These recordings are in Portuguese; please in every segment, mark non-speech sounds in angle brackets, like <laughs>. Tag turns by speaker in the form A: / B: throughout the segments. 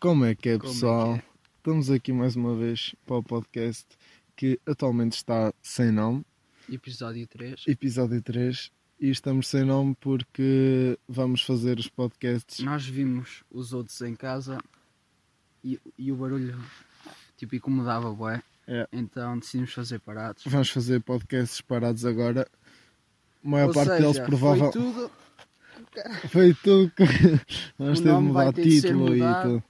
A: Como é que é,
B: Como é
A: pessoal?
B: que é?
A: Estamos aqui mais uma vez para o podcast que atualmente está sem nome,
B: Episódio 3.
A: episódio 3. E estamos sem nome porque vamos fazer os podcasts.
B: Nós vimos os outros em casa e, e o barulho tipo incomodava bué.
A: É.
B: Então decidimos fazer parados.
A: Vamos fazer podcasts parados agora. A maior
B: Ou
A: parte
B: seja,
A: deles provável.
B: Foi tudo,
A: <laughs> Foi tu
B: <laughs>
A: que. Vamos
B: O
A: ter de
B: nome
A: mudar
B: vai ter de ser
A: título e
B: mudado.
A: tudo.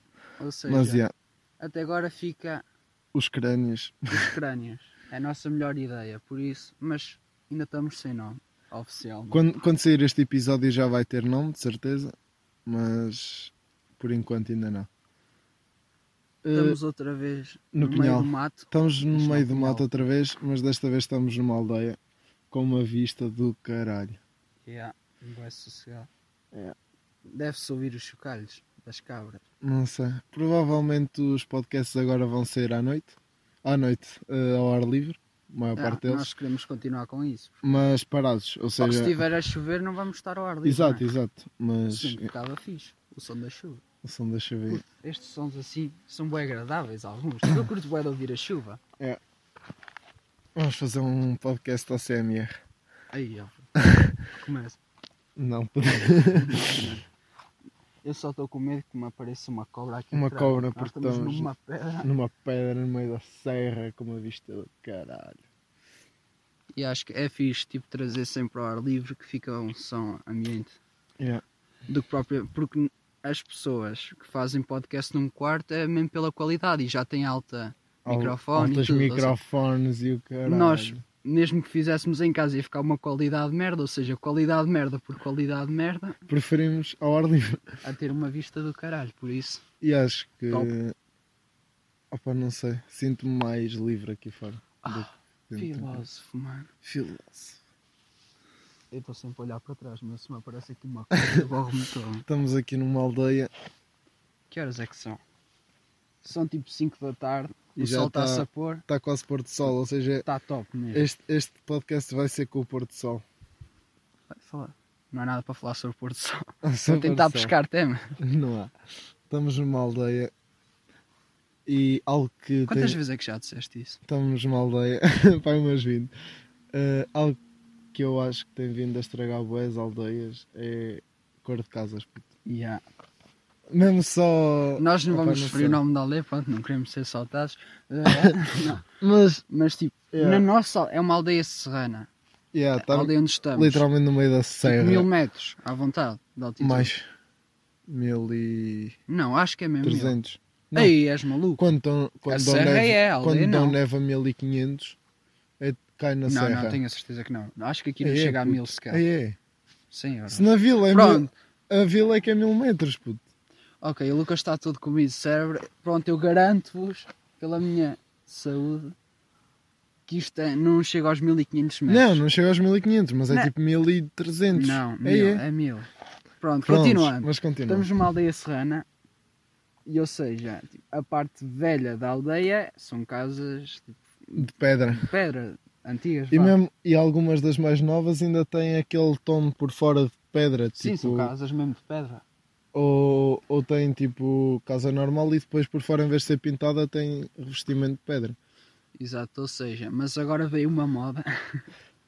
B: ou seja,
A: Mas é. yeah,
B: até agora fica
A: os crânios.
B: os crânios. É a nossa melhor ideia, por isso, mas ainda estamos sem nome oficial.
A: Quando, quando sair este episódio já vai ter nome, de certeza. Mas por enquanto ainda não. Eh,
B: Estamos outra vez
A: no
B: no, meio
A: Pinhal.
B: do mato.
A: Estamos no
B: Mas não
A: meio do
B: tem
A: mato
B: algo.
A: outra vez, mas desta vez estamos numa aldeia com uma vista do caralho.
B: Yeah, um bué sossegado.
A: Yeah.
B: Deve-se ouvir os chocalhos das cabras.
A: Não sei. Provavelmente os podcasts agora vão sair à noite. À noite, eh, ao ar livre, a maior
B: Ah,
A: parte deles.
B: nós queremos continuar com isso.
A: Mas parados, ou
B: Só que se
A: seja.
B: estiver a chover não vamos estar ao ar livre.
A: é. Exato,
B: não é?
A: exato. Mas
B: Sim, ficava fixe. O som da chuva.
A: o som da chuva aí.
B: Estes sons assim são bem agradáveis alguns. Eu curto bem de ouvir a chuva.
A: Vamos fazer um podcast ao CMR.
B: Aí,
A: <laughs>
B: ó. Começa.
A: Não, <laughs> pode-
B: Eu só estou com medo que me apareça uma cobra aqui.
A: Uma
B: atrás.
A: cobra,
B: Nós
A: porque
B: estamos
A: estamos-
B: numa pedra.
A: numa pedra no meio da serra com uma vista do caralho.
B: E acho que é fixe tipo, trazer sempre ao ar livre que fica um som ambiente.
A: Yeah.
B: do que próprio, porque as pessoas que fazem podcast num quarto é mesmo pela qualidade e já tem alta.
A: Al-
B: Microfone e
A: Altas
B: tudo, ou
A: microfones e o caralho.
B: Nós, mesmo que fizéssemos em casa, ia ficar uma qualidade merda, ou seja, qualidade merda por qualidade merda,
A: Preferimos ao ar livre.
B: a ter uma vista do caralho, por isso.
A: E acho que.
B: Top.
A: Opa, não sei. Sinto-me mais livre aqui fora.
B: Ah,
A: do que dentro.
B: filósofo, mano.
A: Filósofo.
B: Eu estou sempre a olhar para trás, mas se me aparece aqui uma coisa, eu borro-me todo.
A: Estamos aqui numa aldeia.
B: <laughs> Que horas é que são? São tipo 5 da tarde,
A: E
B: o
A: já
B: sol está-se
A: tá-
B: a pôr,
A: Está quase pôr do sol, ou seja,
B: está top mesmo.
A: este, este podcast vai ser com o pôr do sol. <laughs>
B: Vai falar. Não há nada para falar sobre o pôr do sol.
A: Sem
B: Vou
A: pôr do
B: tentar
A: sol.
B: pescar tema.
A: <laughs> Não há. Estamos numa aldeia. E algo que.
B: Quantas
A: tem-
B: vezes é que já disseste isso?
A: Estamos numa aldeia. <laughs> Vai umas 20. Eh, algo que eu acho que tem vindo a estragar boas aldeias é cor de casas. puto.
B: Yeah.
A: Mesmo só.
B: Nós não
A: Opa,
B: vamos
A: não
B: referir o
A: sei.
B: nome da aldeia, pronto, não queremos ser <laughs> saltados. Eh, não.
A: Mas.
B: Mas tipo,
A: Yeah.
B: na nossa al- é uma aldeia serrana,
A: Yeah,
B: a
A: tá-
B: aldeia onde estamos.
A: Literalmente no meio da
B: Tipo,
A: serra.
B: mil metros, à vontade, de altitude.
A: Mais. Mil e.
B: Não, acho que é mesmo mil.
A: 300. Não.
B: Aí és maluco.
A: Quando dão, quando dão
B: serra
A: neve,
B: é, a aldeia
A: quando dão
B: não.
A: neve a 1500, é, cai na
B: não,
A: serra.
B: não, tenho a certeza que não. Acho que aqui não
A: É, é,
B: chega a
A: puto.
B: mil sequer.
A: Aí é.
B: Senhor.
A: Se na vila é mil,
B: Pronto.
A: a vila é que é mil metros, puto.
B: Ok, o Lucas está todo comido de cérebro. Pronto, eu garanto-vos, pela minha saúde, que isto é- não chega aos 1500 metros.
A: Não, não chega aos 1500, mas é
B: Não.
A: tipo 1300.
B: Não,
A: Aí
B: mil,
A: é.
B: é mil. Pronto,
A: Prontos,
B: continuando.
A: Mas continua.
B: Estamos numa aldeia serrana e, ou seja, tipo, a parte velha da aldeia são casas tipo,
A: De pedra.
B: de pedra, antigas.
A: E,
B: vá.
A: mesmo, e algumas das mais novas ainda têm aquele tom por fora de pedra.
B: Sim,
A: tipo,
B: são casas mesmo de pedra.
A: ou, ou tem tipo casa normal e depois por fora em vez de ser pintada tem revestimento de pedra.
B: Exato, ou seja, mas agora veio uma moda.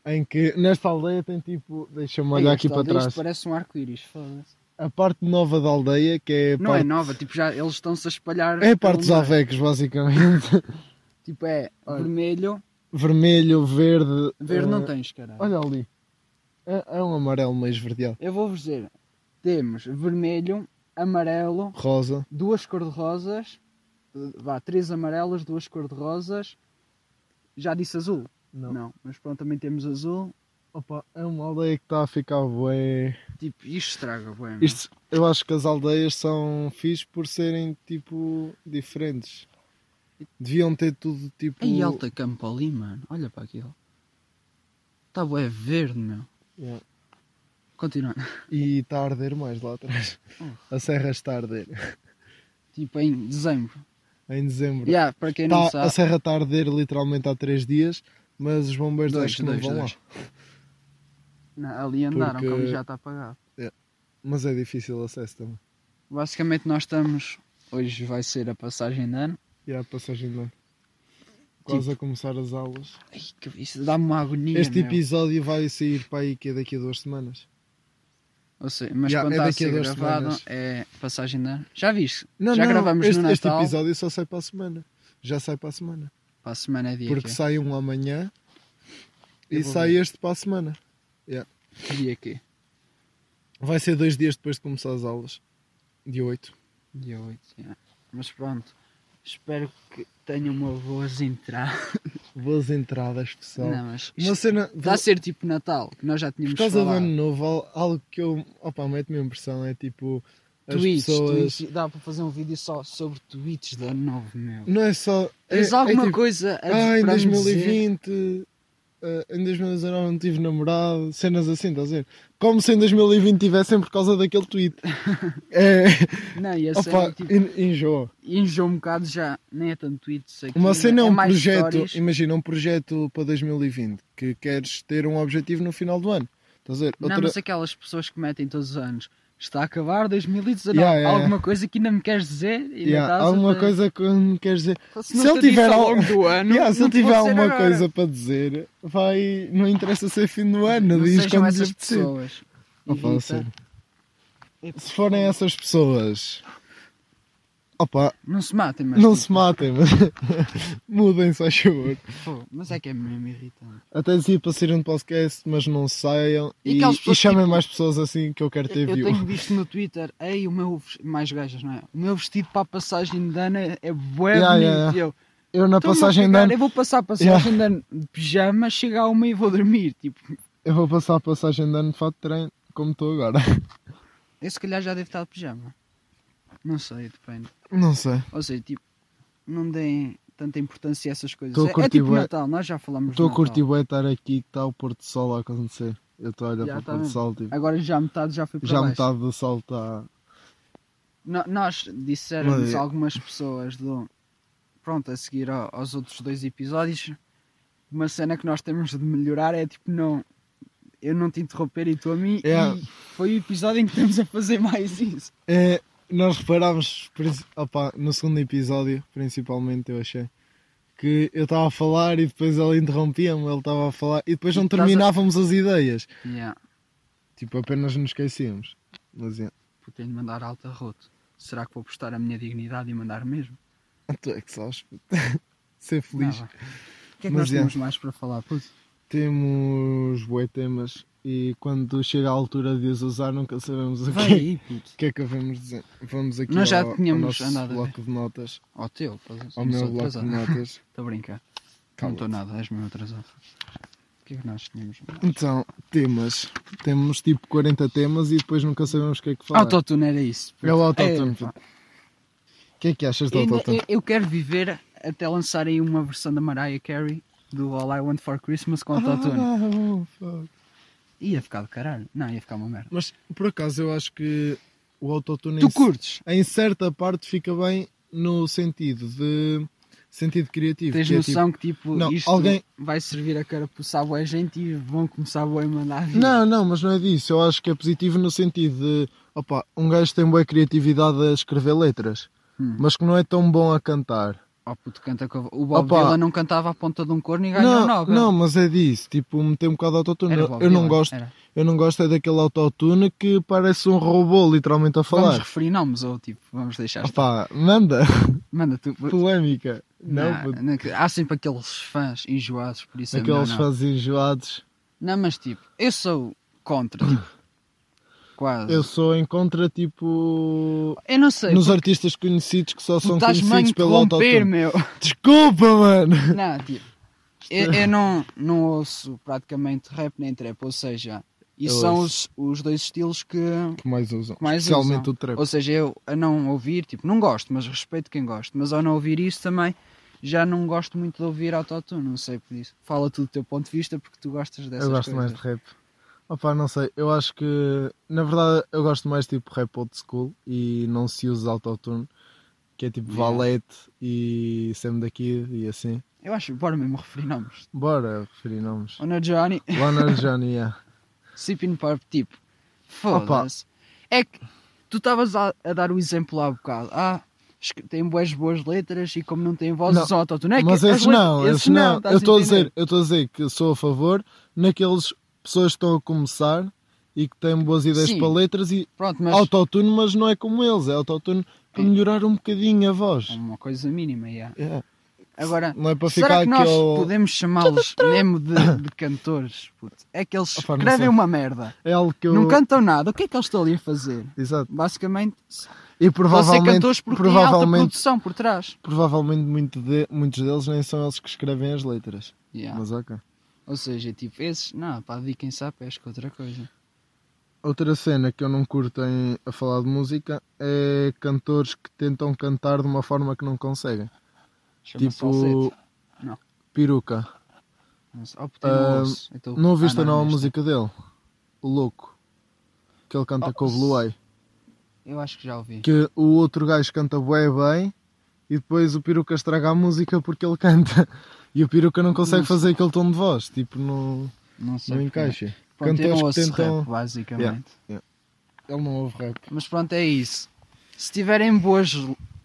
A: Em que nesta aldeia tem tipo, deixa-me olhar
B: Ei,
A: aqui
B: esta
A: para
B: aldeia,
A: trás,
B: Isto parece um arco-íris, foda-se.
A: a parte nova da aldeia que é a
B: Não é
A: parte,
B: nova, tipo, já eles estão-se a espalhar.
A: é a
B: pelo
A: parte dos
B: mar.
A: alvecos basicamente, <laughs>
B: Tipo, é
A: Olha.
B: vermelho,
A: vermelho, verde,
B: verde
A: eh,
B: não tens, caralho.
A: Olha ali, é, é um amarelo meio esverdeado,
B: Eu vou-vos dizer, temos vermelho, amarelo,
A: rosa,
B: duas cor-de-rosas, eh, vá, três amarelas, duas cor-de-rosas, já disse azul. Não. mas pronto, também temos azul.
A: Opa, é uma aldeia que está a ficar bué.
B: Tipo, isto estraga, bem.
A: Isto, eu acho que as aldeias são fixe por serem tipo diferentes. Deviam ter tudo tipo.
B: Aí alta campo ali, mano. Olha para aquilo. Está bué verde, meu.
A: Yeah.
B: Continua.
A: E está a arder mais lá atrás.
B: Ah.
A: A serra está a arder.
B: Tipo, em dezembro.
A: Em dezembro.
B: Yeah, para quem não
A: Tá- a
B: sabe...
A: serra está a arder literalmente há 3 dias, mas os bombeiros
B: Dois,
A: acho que não
B: dois,
A: vão
B: dois.
A: lá.
B: Não, ali andaram,
A: assim, Porque-
B: como já está apagado.
A: Mas é difícil o acesso também.
B: Basicamente nós estamos Hoje vai ser a passagem de ano.
A: E há a passagem de ano.
B: Tipo.
A: Quase a começar as aulas.
B: Ai, que isso dá-me uma agonia.
A: Este tipo
B: meu.
A: episódio vai sair para aí que é daqui a duas semanas.
B: Ou seja, mas
A: Ya,
B: quando
A: é
B: está a
A: daqui a
B: ser
A: duas
B: gravado
A: semanas.
B: é passagem de ano. Já viste? Já gravamos
A: este,
B: no
A: este
B: Natal.
A: episódio só sai para a semana. Já sai para a semana.
B: Para a semana é dia.
A: Porque
B: quê?
A: sai um amanhã
B: Eu
A: e
B: vou
A: sai
B: ver.
A: este para a semana.
B: Dia quê?
A: Vai ser dois dias depois de começar as aulas. Dia 8.
B: Dia 8. Mas pronto. Espero que tenha uma boas entradas.
A: Boas entradas, pessoal.
B: Não, mas
A: Uma cena.
B: Está a ser tipo Natal, que nós já
A: Por
B: tínhamos
A: causa do
B: falado.
A: ano novo, al- algo que eu. Opa, mete-me a impressão é tipo. As
B: tweets,
A: pessoas.
B: tweets. Dá para fazer um vídeo só sobre tweets de ano novo, meu.
A: Não é só. É,
B: Tens
A: é
B: alguma
A: tipo,
B: coisa a
A: Ah, em
B: para me dizer?
A: 2020. ah, em 2019 não tive namorado. Cenas assim, estás a ver? Como se em 2020 tivessem por causa daquele
B: <laughs>
A: tweet. é.
B: Não, e a
A: <laughs> Opa,
B: cena, tipo,
A: en- enjoa.
B: enjoa um bocado já, nem é tanto tweets aqui.
A: Uma cena é um
B: mais
A: projeto,
B: stories.
A: imagina um projeto para 2020 que queres ter um objetivo no final do ano. Estás a ver?
B: Não, mas aquelas pessoas que metem todos os anos. Está a acabar 2019.
A: Yeah, yeah,
B: alguma coisa que ainda me queres dizer? Ainda
A: Yeah,
B: estás a
A: alguma
B: fazer-
A: coisa que me queres dizer.
B: Se, não
A: se ele
B: te disse
A: tiver
B: ao
A: al- <laughs>
B: longo do ano.
A: Yeah, ah, se
B: não
A: eu tiver
B: pode ser
A: alguma
B: agora.
A: coisa para dizer, vai. Não interessa ser fim do ano,
B: não
A: diz
B: sejam
A: quando lhe
B: essas
A: apetecer.
B: pessoas.
A: Opa,
B: Evita.
A: a sério. Se forem essas pessoas, opa,
B: Não se matem, mas.
A: não
B: tipo,
A: se matem, mas <laughs> mudem-se, faz favor.
B: Pô, mas é que é mesmo irritante.
A: Até dizia para sair um podcast, mas não saiam
B: E
A: e,
B: aquelas
A: e
B: pessoas
A: chamem
B: tipo-
A: mais pessoas assim que eu quero ter
B: Eu
A: view.
B: <laughs> tenho visto no Twitter, ei, o meu. vest- Mais gajas, não é? O meu vestido para a passagem de ano é bué
A: Yeah, yeah,
B: bonito. E Eu, Então,
A: Eu na
B: "Estou-me a
A: passagem de
B: cagar,
A: ano,
B: Eu vou passar a passagem de ano de pijama, chego à uma e vou dormir. Tipo,
A: eu vou passar a passagem de ano de fato de treino como estou agora. <laughs>
B: eu se calhar já devo estar de pijama. Não sei, depende.
A: Não sei.
B: Ou seja, tipo, não deem tanta importância a essas coisas.
A: Tô a
B: É- é,
A: curtir
B: tipo
A: bué.
B: Natal, nós já falamos
A: Estou
B: do
A: a curtir
B: Natal.
A: bué estar aqui que está o pôr do sol a acontecer. Eu estou a olhar
B: Já
A: para
B: tá
A: o pôr do
B: mesmo.
A: sol, tipo,
B: Agora já metade já foi para
A: já
B: baixo.
A: metade do sol está.
B: No- nós dissermos
A: Mas- é.
B: a algumas pessoas do pronto a seguir ao- aos outros dois episódios uma cena que nós temos de melhorar é tipo não eu não te interromper e tu a mim
A: É.
B: e foi o episódio em que estamos a fazer mais isso
A: É, nós reparámos princi- opá, no segundo episódio, principalmente, eu achei. Que eu estava a falar e depois ele interrompia-me, ele estava a falar e depois
B: E
A: não
B: estás a-
A: terminávamos as ideias.
B: yeah.
A: Tipo, apenas nos esquecíamos. Mas é. <laughs>
B: Pô, tenho de mandar alta roto será que vou postar a minha dignidade e mandar mesmo
A: Tu é que sabes, <laughs> puto. Ser feliz.
B: Nada. o que é que
A: Mas
B: nós
A: é.
B: temos mais para falar puto?
A: Temos bué temas e quando chega a altura de os usar nunca sabemos o
B: vai
A: que,
B: aí
A: <laughs>
B: puto
A: o que é que devemos dizer. Vamos aqui
B: Nós já
A: ao,
B: tínhamos
A: ao nosso
B: andado a ver.
A: bloco de notas.
B: ao teu
A: Ao meu bloco de
B: <laughs>
A: notas.
B: estou a brincar não
A: Cala-te.
B: estou nada és meu atrasado o que é que nós tínhamos
A: Então, temas. Temos tipo 40 temas e depois nunca sabemos o que é que falar.
B: Autotune era isso.
A: É o autotune.
B: É,
A: puto.
B: pá.
A: O que é que achas do
B: Eu ainda-
A: autotune?
B: eu, eu quero viver até lançarem uma versão da Mariah Carey do All I Want for Christmas com autotune.
A: Ah, oh, fuck.
B: Ia ficar do caralho. Não, ia ficar uma merda.
A: Mas por acaso eu acho que o autotune em
B: Tu
A: si-
B: curtes?
A: em certa parte fica bem no sentido de sentido criativo.
B: Tens
A: que é
B: noção que tipo,
A: não,
B: isto
A: alguém-
B: vai servir a cara para a gente e vão começar a mandar
A: tipo- Não, não, mas não é disso. Eu acho que é positivo no sentido de opa, um gajo tem boa criatividade a escrever letras,
B: Hum.
A: mas que não é tão bom a cantar.
B: Oh puto, canta com... O Bob
A: Opa.
B: Dylan não cantava à ponta de um corno e ganhou o
A: Não,
B: Nobel.
A: não, mas é disso. Tipo, meter um bocado de autotune.
B: Era
A: Eu,
B: Bob
A: eu não
B: Dylan,
A: gosto,
B: era.
A: eu não gosto é daquele autotune que parece um robô literalmente a
B: Vamos
A: falar.
B: referir nomes ou tipo, vamos deixar.
A: Opa, manda,
B: Manda tu.
A: polémica. Não,
B: Não,
A: puto.
B: não, que- há sempre aqueles fãs enjoados, por isso é melhor
A: aqueles
B: não.
A: fãs enjoados.
B: Não, mas tipo, eu sou contra,
A: <coughs>
B: tipo, quase.
A: Eu
B: Eu,
A: sou em contra, tipo.
B: não sei,
A: nos
B: tu-
A: artistas conhecidos que só
B: tu
A: são
B: estás-me a
A: conhecidos pelo
B: interromper,
A: autotune. <laughs>
B: meu.
A: Desculpa, mano!
B: Não, tipo, eu, eu não, não ouço praticamente rap nem trap, ou seja, e
A: Eu
B: são os,
A: ouço.
B: os dois estilos que,
A: <laughs> Que mais usam?
B: que é. mais
A: Especialmente
B: usam.
A: o trap.
B: Ou seja, eu a não ouvir, tipo, não gosto, mas respeito quem gosta, mas ao não ouvir isso também, já não gosto muito de ouvir autotune, não sei por isso. Fala tu do teu ponto de vista porque tu gostas dessas
A: Eu gosto mais
B: coisas.
A: de rap. Opa, não sei, eu acho que. Na verdade, eu gosto mais tipo rap old school e não se usa autotune, que é tipo
B: Yeah.
A: Valete e Sam daqui e assim.
B: Eu acho, bora mesmo referir nomes.
A: Bora referir
B: <laughs>
A: nomes.
B: Ona Johnny,
A: Lana Johnny, yeah.
B: Sipping Pop, tipo, foda-se. É que tu estavas a, a dar o exemplo há bocado. Ah, escre- têm boas boas letras e como não têm voz,
A: Não,
B: usam autotune. É que
A: Mas
B: as
A: esses
B: letras-
A: não, esses não.
B: estás
A: Eu estou a
B: entender?
A: dizer, eu estou a dizer que sou a favor naqueles pessoas que estão a começar e que têm boas ideias
B: Sim.
A: para letras e
B: Pronto, mas
A: autotune, mas não é como eles, é autotune para
B: É.
A: melhorar um bocadinho a
B: é
A: voz.
B: uma coisa mínima, yeah.
A: É.
B: Agora,
A: Não é para
B: será
A: ficar
B: que nós
A: aquele.
B: podemos chamá-los mesmo de, de cantores? puto? É que eles
A: Opa, não
B: escrevem
A: sei.
B: uma merda.
A: É algo que eu.
B: Não cantam nada. O que é que eles estão ali a fazer?
A: Exato.
B: Basicamente,
A: E
B: vão ser
A: provavelmente,
B: cantores porque têm alta
A: provavelmente,
B: produção por trás.
A: provavelmente muito de- muitos deles nem são eles que escrevem as letras.
B: Yeah.
A: Mas ok.
B: Ou seja, tipo, esses, não, pá, dediquem-se à pesca, outra coisa.
A: Outra cena que eu não curto em a falar de música é cantores que tentam cantar de uma forma que não conseguem.
B: Chama-se
A: tipo.
B: falsete. Não.
A: Peruca.
B: Não sei. Oh, puto, eu não
A: Ah,
B: ouço. Então-
A: Não ouviste
B: Ah,
A: a nova
B: nesta.
A: música dele? O Louco. Que ele canta
B: Oh,
A: com o Bluey.
B: Eu acho que já ouvi.
A: Que o outro gajo canta bué bem e depois o peruca estraga a música porque ele canta. <laughs> E o peruca não consegue
B: Não sei.
A: fazer aquele tom de voz. Tipo, não,
B: Não sei.
A: não
B: porque-
A: encaixa.
B: Pronto, eu não
A: Cantores que
B: ouço
A: tentam-
B: rap, basicamente.
A: Yeah. Ele não ouve rap.
B: Mas pronto, é isso. Se tiverem boas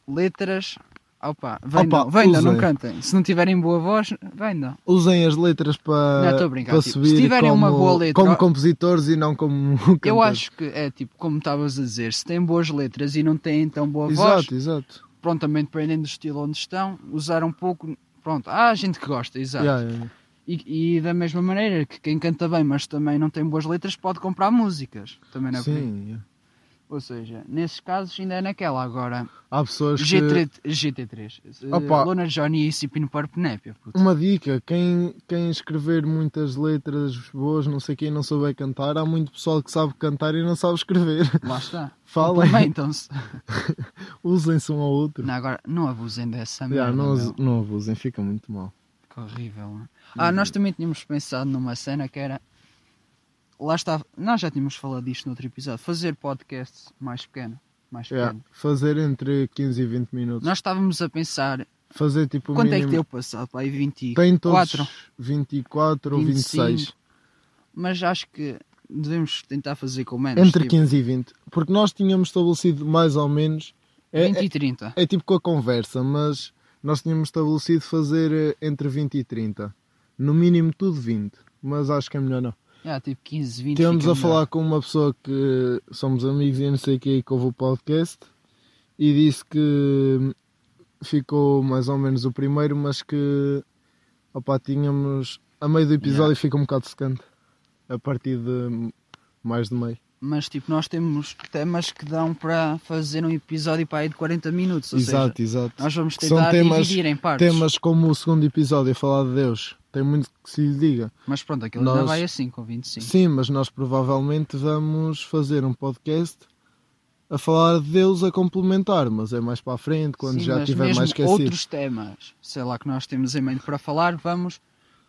B: letras, opa, vendam,
A: Opa,
B: vendam não
A: usem.
B: cantem. Se não tiverem boa voz, vendam.
A: Usem as letras
B: Não, estou
A: para
B: a brincar,
A: para
B: tipo, se
A: subir
B: tiverem
A: como,
B: uma boa letra-
A: como compositores e não como <laughs>
B: Eu
A: cantores.
B: acho que é tipo, como estavas a dizer, se têm boas letras e não têm tão boa voz,
A: Exato, exato.
B: pronto, também dependendo do estilo onde estão, usar um pouco, pronto, há gente que gosta, exato.
A: Yeah, yeah, yeah.
B: E, e da mesma maneira que quem canta bem, mas também não tem boas letras, pode comprar músicas. Também não é por aí.
A: Sim, yeah.
B: Ou seja, nesses casos ainda é naquela agora.
A: Há pessoas que...
B: GT3, GT3. eh,
A: Opa.
B: Lona Johnny e Cipino Parpenépia, puto.
A: Uma dica, quem, quem escrever muitas letras boas, não sei quem não souber cantar, há muito pessoal que sabe cantar e não sabe escrever. <laughs>
B: Lá está.
A: Falem,
B: Complementam-se.
A: usem-se um ao outro.
B: Não, agora, não abusem dessa merda.
A: Já, não,
B: meu.
A: us- não abusem, fica muito mal.
B: Que horrível. mano. Ah, nós também tínhamos pensado numa cena que era. Lá está. Nós já tínhamos falado disto no outro episódio. Fazer podcast mais pequeno. Mais
A: Já,
B: pequeno.
A: Fazer entre 15 e 20 minutos.
B: Nós estávamos a pensar.
A: Fazer tipo o
B: Quanto é que
A: mínimo.
B: deu passado? Pá, aí 20.
A: Tem todos
B: Quatro.
A: 24 ou 26.
B: 25. Mas acho que devemos tentar fazer com menos.
A: Entre
B: tipo,
A: 15 e 20. Porque nós tínhamos estabelecido mais ou menos. É,
B: 20 e 30.
A: É tipo com a conversa, mas nós tínhamos estabelecido fazer eh, entre 20 e 30. No mínimo tudo 20, mas acho que é melhor não.
B: Ah, tipo 15, 20.
A: Temos
B: fica
A: a
B: melhor.
A: falar com uma pessoa que eh, somos amigos e não sei o que que ouve o podcast e disse que hum, ficou mais ou menos o primeiro, mas que opá, tínhamos a meio do episódio fica um bocado secante. A partir de mais de meio.
B: Mas tipo, nós temos temas que dão para fazer um episódio para aí de 40 minutos. Ou
A: exato, exato.
B: Seja, nós vamos
A: Que são
B: tentar
A: temas-
B: dividir em partes.
A: Temas como o segundo episódio a falar de Deus. Tem muito que se lhe diga.
B: Mas pronto, aquilo ainda
A: Nós-
B: vai assim com 25.
A: Sim, mas nós provavelmente vamos fazer um podcast a falar de Deus a complementar, mas é mais para a frente, quando
B: Sim,
A: já
B: mas
A: tiver
B: mesmo
A: mais esquecido.
B: outros temas, sei lá, que nós temos em mente para falar, vamos.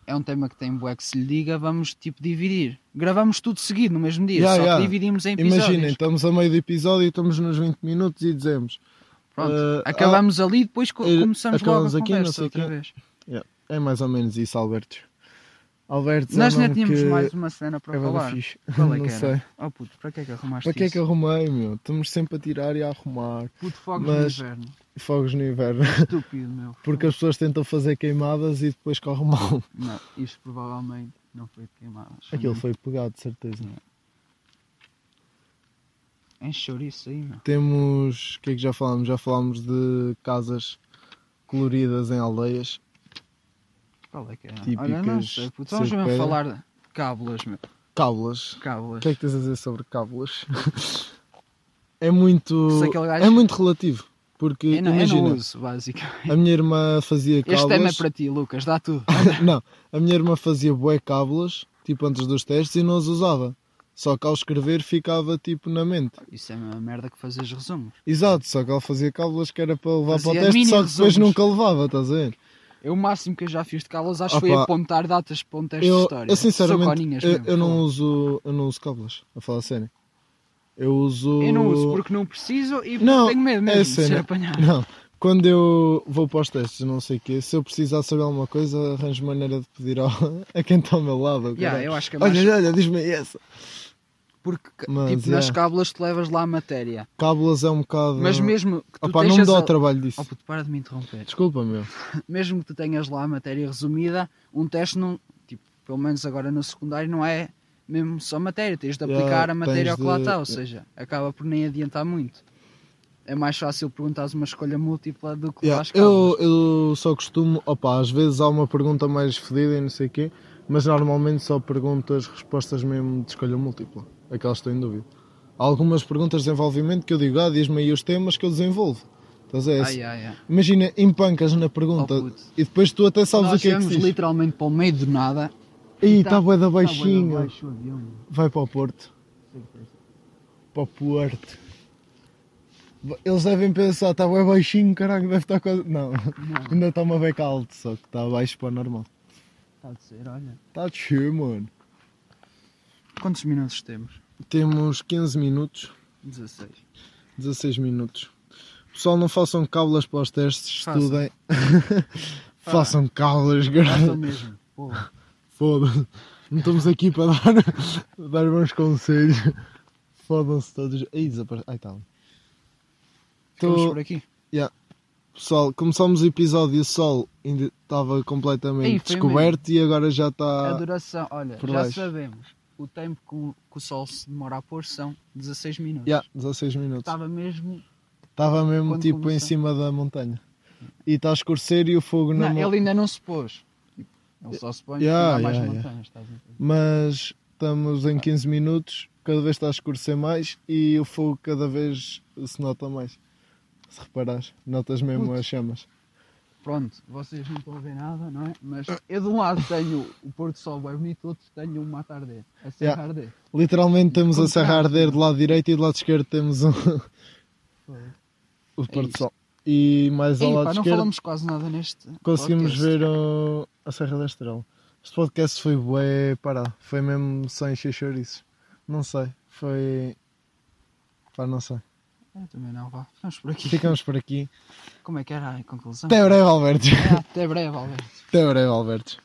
B: É um tema que tem bué que se lhe diga, vamos tipo dividir. Gravamos tudo seguido no mesmo dia,
A: Yeah,
B: só
A: yeah.
B: que dividimos em episódios.
A: Imaginem, estamos a meio do episódio, estamos nos 20 minutos e dizemos.
B: Pronto,
A: eh,
B: acabamos ali e depois co-
A: eh,
B: começamos logo a
A: acabamos
B: conversa
A: aqui, não sei
B: outra
A: quê.
B: vez.
A: É mais ou menos isso, Alberto. Alberto,
B: Nós
A: já
B: ainda tínhamos
A: que
B: mais uma cena para
A: é bué da
B: falar.
A: fixe.
B: Qual
A: <laughs>
B: é
A: Não
B: que era?
A: sei.
B: Oh puto, para que é que arrumaste
A: Para que é
B: isso?
A: que arrumei, meu? Estamos sempre a tirar e a arrumar.
B: Puto fogos
A: Mas-
B: de
A: <laughs>
B: inverno.
A: Fogos no inverno. <laughs>
B: Estúpido, meu.
A: Porque as pessoas tentam fazer queimadas e depois corre mal.
B: Não, isto provavelmente não foi de queimadas.
A: Aquilo foi pegado, de certeza.
B: Encheu isso aí, meu.
A: Temos. O que é que já falámos? Já falámos de casas coloridas em aldeias.
B: Qual é que era?
A: Típicas
B: Olha, não sei, puto. Estamos
A: de
B: mesmo a
A: pedra.
B: falar de cábulas, meu.
A: Cábulas. O
B: Cábulas.
A: que é que tens a dizer sobre cábulas? <laughs> é muito.
B: Se aquele um gajo-
A: É muito relativo. Porque
B: Eu não, eu não
A: imagina,
B: uso, basicamente.
A: a minha irmã fazia
B: Este tema é
A: cábulas.
B: para ti, Lucas, dá tudo.
A: <laughs> não, a minha irmã fazia bué cábulas, tipo antes dos testes, e não as usava. Só que ao escrever ficava tipo na mente.
B: Isso é uma merda que fazes resumos.
A: Exato, só que ela fazia cábulas que era para levar para
B: Fazia
A: o teste,
B: mini
A: só que depois
B: resumos.
A: nunca levava, estás a ver?
B: Eu, o máximo que eu já fiz de cábulas, acho
A: Ah,
B: que foi
A: pá.
B: apontar datas para um teste de
A: eu,
B: história.
A: eu
B: Sou
A: sinceramente
B: coninhas
A: eu,
B: mesmo,
A: eu não
B: pô.
A: uso eu não uso cábulas a falar a sério eu uso
B: Eu não uso porque não preciso e porque
A: Não,
B: tenho medo mesmo
A: é
B: de ser
A: cena. <laughs>
B: apanhado.
A: não quando eu vou para os testes não sei o quê se eu precisar saber alguma coisa arranjo maneira de pedir ao, <laughs> a quem está ao meu lado
B: Yeah,
A: caralho.
B: eu acho que é mais
A: olha olha diz-me essa
B: Porque ca-
A: Mas,
B: tipo, nas
A: yeah.
B: cábulas tu levas lá a matéria.
A: Cábulas é um bocado.
B: Mas mesmo que tu
A: Opá, não me
B: tenhas
A: dá
B: a-
A: o trabalho disso.
B: Oh, puto, para de me interromper.
A: Desculpa, meu.
B: Mesmo que tu tenhas lá a matéria resumida, um teste não. Tipo, pelo menos agora no secundário não é mesmo só matéria. Tens de
A: Yeah,
B: aplicar a
A: tens
B: matéria ao que lá
A: de-
B: está. Ou seja, acaba por nem adiantar muito. É mais fácil perguntares uma escolha múltipla do que lá
A: Yeah,
B: as
A: Eu,
B: cábulas.
A: eu só costumo, opa, às vezes há uma pergunta mais fedida e não sei o quê, mas normalmente só perguntas respostas mesmo de escolha múltipla, aquelas que estou em dúvida. Há algumas perguntas de desenvolvimento que eu digo, ah, diz-me aí os temas que eu desenvolvo. Estás a ver?
B: Ai, ai, ai.
A: Imagina, empancas na pergunta
B: Ah, Oh, puto.
A: e depois tu até sabes o
B: Nós
A: que é que
B: viemos
A: se diz.
B: literalmente para o meio do nada.
A: Ih,
B: tá-
A: está bué da
B: Tá, bué
A: baixinho.
B: da baixo o avião, meu.
A: Vai para o Porto. Para o Porto. Eles devem pensar, está bem baixinho, caralho, deve estar quase. Não, <laughs> ainda está uma beca alto, só que está baixo para o normal.
B: Está tá a dizer, olha.
A: Está de cheio, mano.
B: Quantos minutos temos?
A: Temos 15 minutos,
B: 16.
A: 16 minutos. Pessoal, não façam cábulas para os testes,
B: Façam. <laughs>
A: estudem. Ah. façam cábulas, garoto.
B: é mesmo.
A: <laughs>
B: Porra.
A: Foda-se. Não estamos aqui para dar, dar <laughs> bons conselhos. Fodam-se todos. Aí desapareceu. Ai, tá.
B: Ficamos
A: Tô-
B: por aqui.
A: Pessoal, começámos o episódio, o sol ainda estava completamente
B: Ei, foi
A: descoberto e agora já
B: A
A: está.
B: duração, olha,
A: por
B: já
A: baixo.
B: sabemos. O tempo que o, que o sol se demora a pôr são 16 minutos.
A: Yeah, 16 minutos.
B: Estava mesmo.
A: Estava mesmo
B: Tá Quando
A: tipo em
B: começou?
A: cima da montanha. E está a escurecer e o fogo
B: Não,
A: na mão.
B: ele ainda não se pôs. Ele só se põe
A: Yeah,
B: quando há mais
A: yeah,
B: montanhas. estás a ver?
A: Mas estamos em 15 minutos, cada vez está a escurecer mais e o fogo cada vez se nota mais. Se reparares, notas mesmo
B: Putz.
A: as chamas.
B: Pronto, vocês não estão a ver nada, não é? Mas eu de um lado tenho o pôr do sol bem bonito, do outro tenho o mato a arder. A serra
A: Yeah.
B: a arder.
A: Literalmente temos a
B: Quando tá-
A: serra a
B: traz,
A: arder do lado direito e do lado esquerdo temos um, <laughs>
B: Foda-se.
A: o pôr do
B: isto.
A: sol. E mais ao
B: Ei,
A: lado
B: É pá, não
A: esquerdo
B: falamos quase nada neste.
A: conseguimos
B: podcast.
A: ver o- a Serra da Estrela. Este podcast foi bué parado. Foi mesmo sem encher chouriços. Não sei. Foi. Pá, não sei.
B: Eu É, também não, vá. Ficamos por aqui.
A: Ficamos por aqui.
B: Como é que era a conclusão?
A: Até breve, Alberto. <laughs>
B: Ah, Até breve, Alberto.
A: Até breve, Alberto.